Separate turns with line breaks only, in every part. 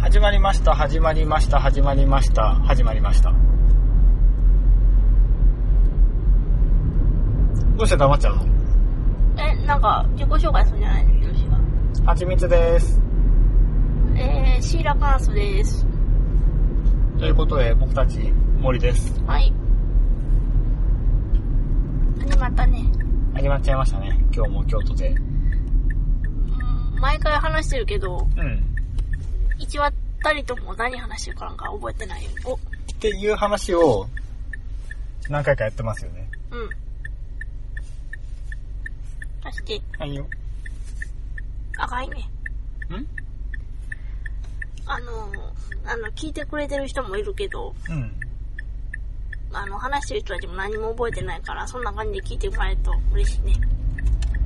始まりました始まりました始まりました始まりましたどうして黙っちゃうの
え、なんか、自己紹介するんじゃないのひろしが。
はちみつです
えー、シーラカンスです。
ということで僕たち森です
はい。始まったね。
始まっちゃいましたね今日も京都で
うん、毎回話してるけど、
うん
一話たりとも何話してるかなんか覚えてないよ。お、
っていう話を何回かやってますよね
うん。そして、
はいよ
赤いね。
ん
あのー、あの、聞いてくれてる人もいるけど、
うん
あの、話してる人たちも何も覚えてないから、そんな感じで聞いてもらえると嬉しいね。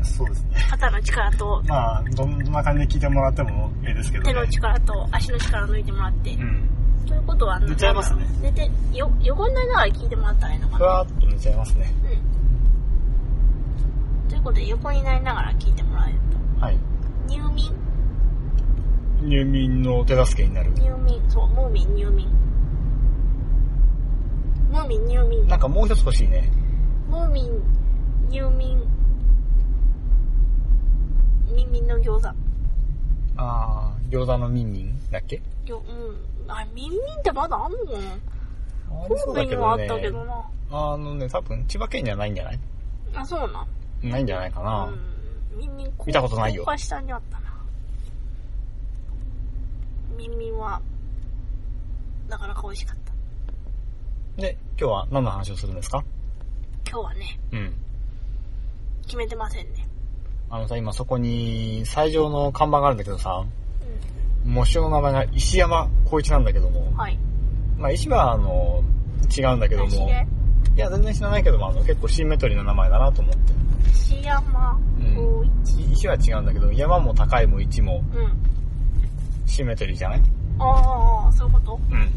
そうですね
肩の力と、
まあどんな感じで聞いてもらってもいいですけど、
手
ね、
の力と足の力抜いてもらって
う。ん
ということは、
寝ちゃいますね
寝て、よ、横になりながら聞いてもらったらいいのか
ふ
な。
わーっと寝ちゃいますね
うん。ということで、横になりながら聞いてもらえる
はい
と。入眠
入眠の手助けになる
入眠。そう、ムーミン入眠。ムーミン入眠。
なんかもう一つ欲しいね
ムーミン入眠。耳の餃子。
あー、餃子のミンミンだっけ
よ、うん。あれ、耳ってまだあんのかな
そう
神戸にはあったけどな。
あのね、多分千葉県にはないんじゃない
あ、そうな。
ないんじゃないかな。
うん耳こう
見たことないよ
高架下にあったな耳はなかなか美味しかった
で、今日は何の話をするんですか
今日はね
うん。
決めてませんね
あのさ、今そこに最上の看板があるんだけどさ、
う
模試の名前が石山光一なんだけども
ん、はい
まあ石はあの、違うんだけど
私
も、
で
いや全然知らないけども、あの結構シンメトリーな名前だなと思って。
石山光一
い石は違うんだけど、山も高いも一も
うん、
シンメトリーじゃない
ああそういうこと
うん。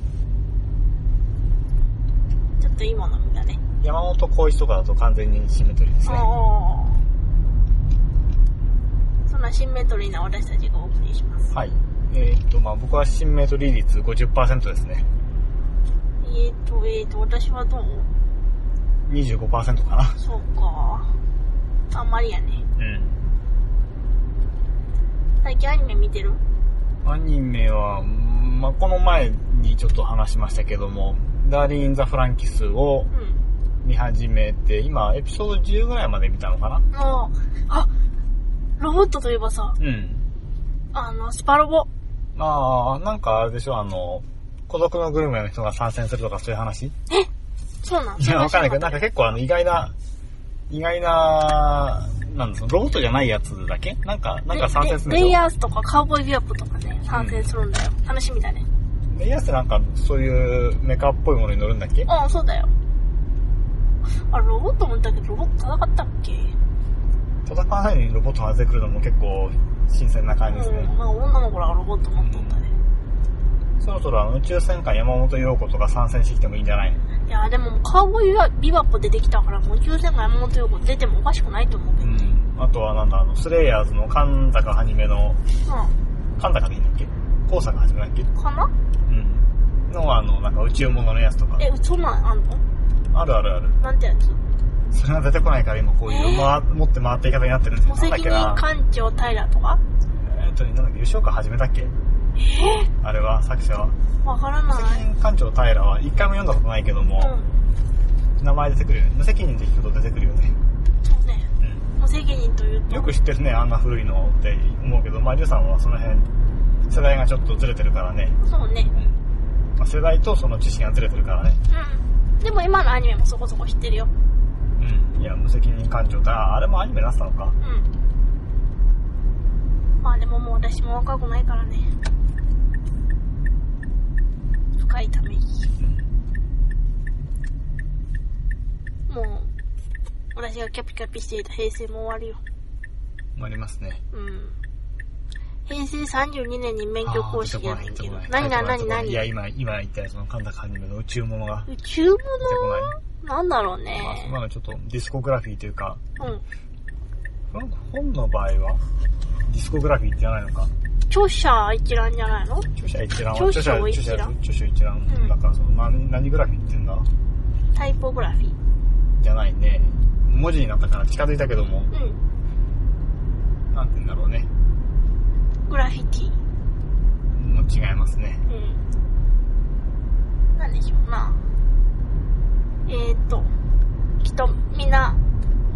ちょっと今の見たね
山本光一とかだと完全にシンメトリーです
あ
ね。
あそんなシンメトリーな私たちがお送りします
はい。えーっと、まあ僕は新メートリー率50%ですね。
えーとえーと私はどう
25%かな。
そうかあんまりやね
うん。
最近アニメ見てる
アニメは、うんまあこの前にちょっと話しましたけども、ダーリン・ザ・フランキスを
うん
見始めて、今エピソード10ぐらいまで見たのかな
もう、あ、ロボットといえばさ、
うん。
あの、スパロボ。
まあ、なんかあれでしょ、あの、孤独のグルメの人が参戦するとかそういう話い
そうなん
や、わかんないけど、なんか
か
結構あの意外な、意外な、なんですロボットじゃないやつだけなんか、なんか参戦するんでしょ
レイヤースとかカウボーイビアップとかね、参戦するんだよ。楽しみだね。
メイアスってなんかそういうメカっぽいものに乗るんだっけ
うん、そうだよ。あれ、ロボットもいたけど、ロボット戦ったっけ
戦わないのにロボットが出てくるのも結構新鮮な感じです
うん、
ね、
なんか女の子らがロボット持っとったね。
そろそろあの宇宙戦艦山本陽子とか参戦してきてもいいんじゃないの
いや、でも、カウボーイビバップ出てきたから、もう抽選が山本陽子出てもおかしくないと思うけど。
んあとはなんだあのスレイヤーズの神坂はじめの神坂でいいんだっけ高坂はじめだっけ
うん、かな
うんのあのなんか宇宙物のやつとか
え、そんなんあんの
あるあるある
なんてやつ
それが出てこないから今こういう、
えー
ま、持って回っていき方になってるんです
無
けどなんだっけな
責任艦長平とか
えーっとなんだっけ吉岡はじめだっけあれは作者は
わからな
責
い。
任艦長平は一回も読んだことないけども、
うん。
名前出てくるよね無責任で聞くと出てくるよね、
そうね。無責任というと。
よく知ってるねあんな古いのって思うけどまあリュウさんはその辺世代がちょっとずれてるからね、
そうね。
まあ、世代とその知識がずれてるからね
うん。でも今のアニメもそこそこ知ってるよ。
うんいや無責任艦長だああれもアニメになってたのか
うん。まあでももう私も若くないからね。深いため息。もう、私がキャピキャピしていた平成も終わるよ。
ありますね
うん。平成32年に免許講
出て
式
こ
や
ない
ねん
出て
け
こ
ど
ない。
何何
出て
何
こない
何
いや今今言ったやつの神田アニメの宇宙物が
宇宙物
出てこない
なんだろうね。
まあ今のちょっとディスコグラフィーというか
うん。
本の場合はディスコグラフィーって言わないのか
著者一覧じゃないの
著者一覧は
著者を一覧
著者一覧、
うん
だからその何何グラフィーっていうんだ
タイポグラフィー。
じゃないね文字になったから近づいたけども
うん。
なんて言うんだろうね
グラフィティ。
もう違いますね
うん。なんでしょうな。えー、っと、きっとみんな、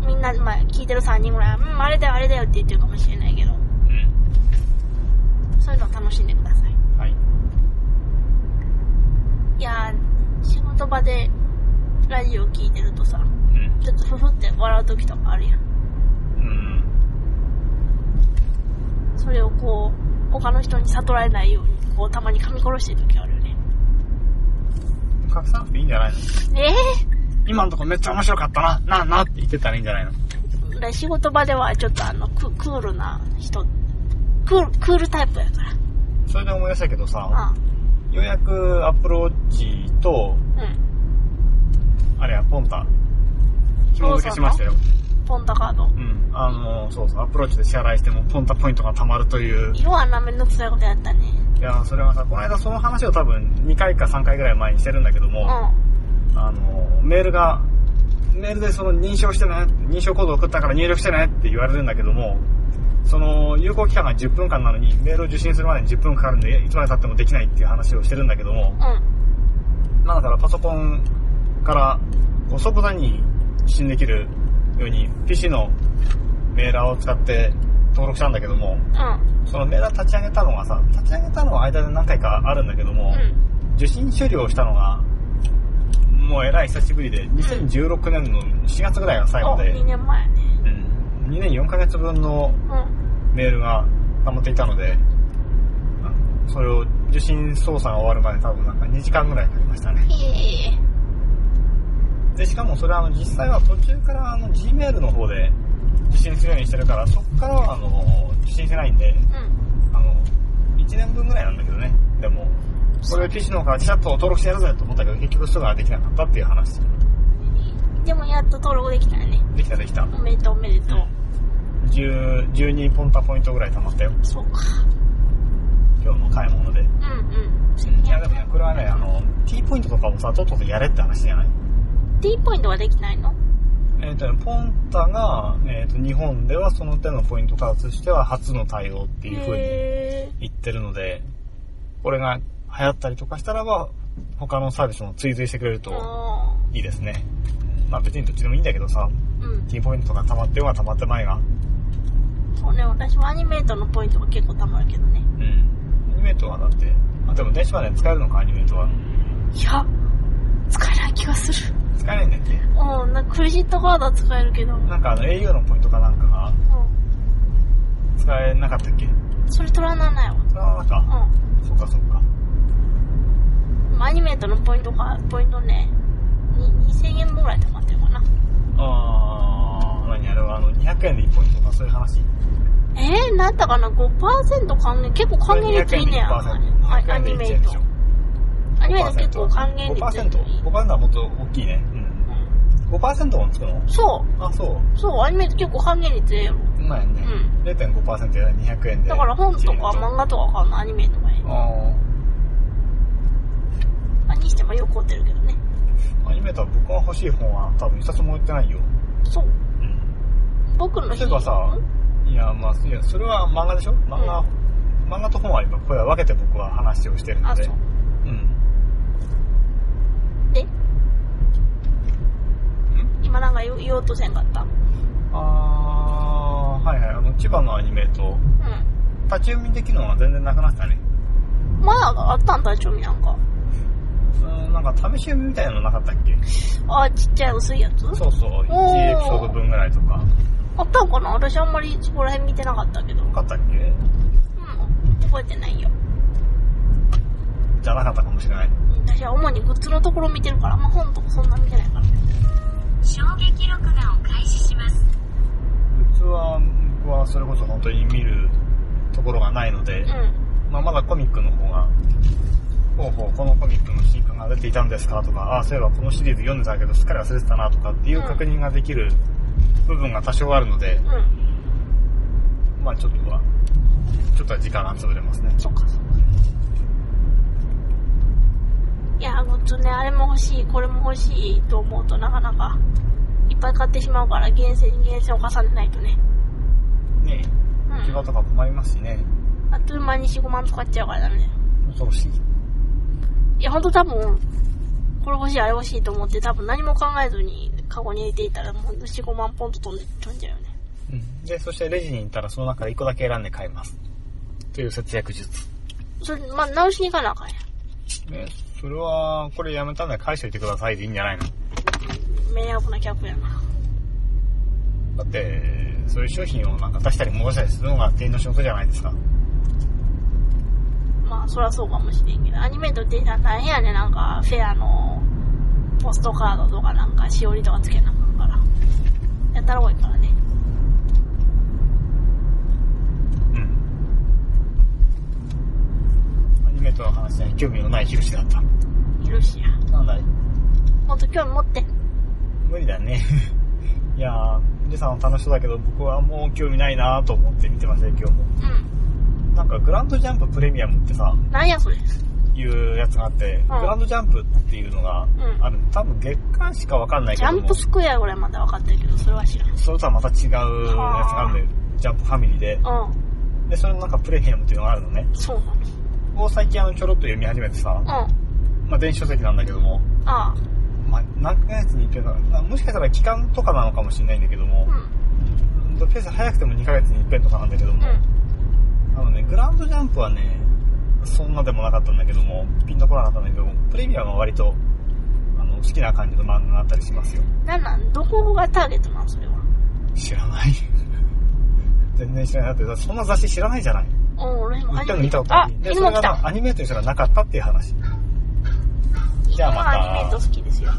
みんな、まあ、聞いてる3人ぐらいは、うん、あれだよ、あれだよって言ってるかもしれないけど、
うん
そういうのを楽しんでください。
はい
いやー、仕事場でラジオ聞いてるとさ、
うん
ちょっとふふって笑う時とかあるやん。
うん
それをこう、他の人に悟られないように、こう、たまに噛み殺してる時あるよね。
隠さなくていいんじゃないの
え
今のとこめっちゃ面白かったななあなあって言ってたらいいんじゃないの
ー、で仕事場ではちょっとあの、ククールな人、クール、クールタイプやから。
それで思い出したけどさ
あ
ようやくアップルウォッチと
うん。
あれやポンタ紐付けしましたよ
ポンタカード。
うんあのそうそうアップローチで支払いしてもポンタポイントが貯まるという
色はなめんどくさいことやったね。
いやそれはさこの間その話を多分2回か3回ぐらい前にしてるんだけど
う
も、
ん。
あのメールがメールでその認証してね認証コード送ったから入力してねって言われるんだけどもその有効期間が10分間なのにメールを受信するまでに10分かかるんでいつまで経ってもできないっていう話をしてるんだけども
うん。
まあだからパソコンからこう即座に受信できるように PC のメーラーを使って登録したんだけども
うん。
そのメーラー立ち上げたのがさ立ち上げたのは間で何回かあるんだけども、
うん。
受信処理をしたのがもうえらい久しぶりで2016年の4月ぐらいが最後
お、
で、
2年前やね。
うん、2年4ヶ月分の
うん。
メールが溜まっていたのであのそれを受信操作が終わるまで多分なんか2時間ぐらいかかりましたね
いえいえいえ。
でしかもそれはあの実際は途中からあの Gmail の方で受信するようにしてるからそこからはあの受信してないんで
うん。
あの1年分ぐらいなんだけどねでもこれ PC の方からちゃっと登録してやるぜと思ったけど結局すぐはできなかったっていう話
でもやっと登録できたよね。
できたできた
おめでとうおめでとう。
10 12ポンタポイントぐらい貯まったよ
そうか。
今日の買い物で
うんうん。
いやでもねこれはねあの T ポイントとかもさとっととやれって話じゃない
T ポイントはできないの
えっ、とねポンタが、えー、と日本ではその手のポイント化としては初の対応っていう風に
へ
言ってるのでこれが流行ったりとかしたらば他のサービスも追随してくれる
ー
と
あ
いいですねまあ別にどっちでもいいんだけどさ
ーうん
T ポイントが溜まってようが溜まってまいが
そうね私もアニメートのポイントが結構たまるけどね
うんアニメートはだってあでも電子マネー使えるのかアニメートはい
や使えない気がする
使えないんだっけ
うんなんかクレジットカードは使えるけどうん
なんかあの au のポイントかなんかが使えなかったっけ
それ取らないわ
それはなんか、
う
そっかそっか。
んでもアニメートのポイントがポイントねに2000円分ぐらいたまってるかな
あー、何あれはあの200円で1ポイントとかそういう話。
えー、なんだかな5%還元結構還元率いいねや
それ200円で1%。200円で
アニ
1
メ
円
ー
で
ト
しょ。
アニメート結構還元率いい
5%?5% はもっと大きいね。うん。5%もつくの
そ
あ、そう
そうアニメート結構還元率ええよ
う。うまいね。
う
0.5%で200円で。
だから本とか漫
あ
画とか買うのアニメとかに。
あ
まあ、にしてもよく買ってるけどね。
ー。アニメートは僕が欲しい本は多分一冊も売ってないよ。
そう。
うん。
僕の
例えばさ、いや、まあ、いや、それは漫画でしょ漫画、
うん
漫画と本は今、これは分けて僕は話をしてるの
あ、
で。
そう。
うん。
で今なんか言う言おうとせんかった。う
あーはいはいあの千葉のアニメート
ん。
立ち読みできるのは全然なくなったね
前あったんだ、ちょみなんか。
うんなんか試し読みみたいなのなかったっけ
あ、ちっちゃい薄いやつ
そうそう1
おー
エピソード分ぐらいとか
あったんかな私あんまりそこら辺見てなかったけど。うん
な。かったっけ
覚えてないよ。
じゃなかったかもしれない
私は主にグッズのところ見てるから、あんま本とかそんな見てないから。
衝撃録画を開始します。
普通は僕はそれこそ本当に見るところがないので、
うん。
まあ、まだコミックの方がほうほうこのコミックの新刊が出ていたんですかとかああそういえばこのシリーズ読んでたけどすっかり忘れてたなとかっていう確認ができる部分が多少あるので、
うん。
まあちょっとはちょっとは時間が潰れますね。
そっかそっかいやほんとねあれも欲しいこれも欲しいと思うとなかなかいっぱい買ってしまうから厳選に厳選を重ねないとね
ね
う
え、行き場
ん
とか困りますしね。
あっという間に45万使っちゃうからだね
恐ろしい。
いやほんと多分これ欲しいあれ欲しいと思って多分何も考えずにカゴに入れていたらもう45万ポンと飛んで飛んじゃうよね
うん。で、そしてレジに行ったらその中で1個だけ選んで買います。という節約術。
それまあ直しに行かなあかんや
ね、それは、これやめたんで返しておいてくださいでいいんじゃないの
迷惑な客やな
だって、そういう商品をなんか出したり戻したりするのが店員の仕事じゃないですか。
まあそりゃそうかもしれんけどアニメとデータ大変やねなんかフェアのポストカードとかなんかしおりとかつけなあかんからやったら多いからね
うん。アニメとは話しない興味のないヒロシだった。
いるしや
なんだい
もっと興味持って
無理だね。 いやー、ジさんは楽しそうだけど、僕はもう興味ないなーと思って見てましたよ、今日も。
う
なんか、グランドジャンププレミアムってさ、
んなんやそれ
いうやつがあって、グランドジャンプっていうのが
ん
ある。多分月間しかわかんないけ
ジ
ど
ャ
も。
ンプスクエアぐらいまでは分かってるけどそれは知らん
それとはまた違うやつがあるんだよ。ジャンプファミリーで。
うん
で、それのなんかプレミアムっていうのがあるのね。
そうな
を最近あの、ちょろっと読み始めてさ、
のうん
まあ電子書籍なんだけども、
ああ
まあ何ヶ月に1回かな、あもしかしたら期間とかなのかもしれないんだけども
う、ん
うんとペース早くても2ヶ月に1回とかなんだけども、
うん
あのね、グランドジャンプはね、そんなでもなかったんだけども、ピンとこなかったんだけども、プレミアムは割と、あの、好きな感じの漫画があったりしますよ。
なんなんどこがターゲットなんそれは
知らない。 全然知らない。だって、そんな雑誌知らないじゃない。
うん俺も
一回も見たこと
あ
ない。で、
犬
それ
も来
が
た
なアニメートにすらなかったっていう話。じゃあまた
アニメート好きですよ。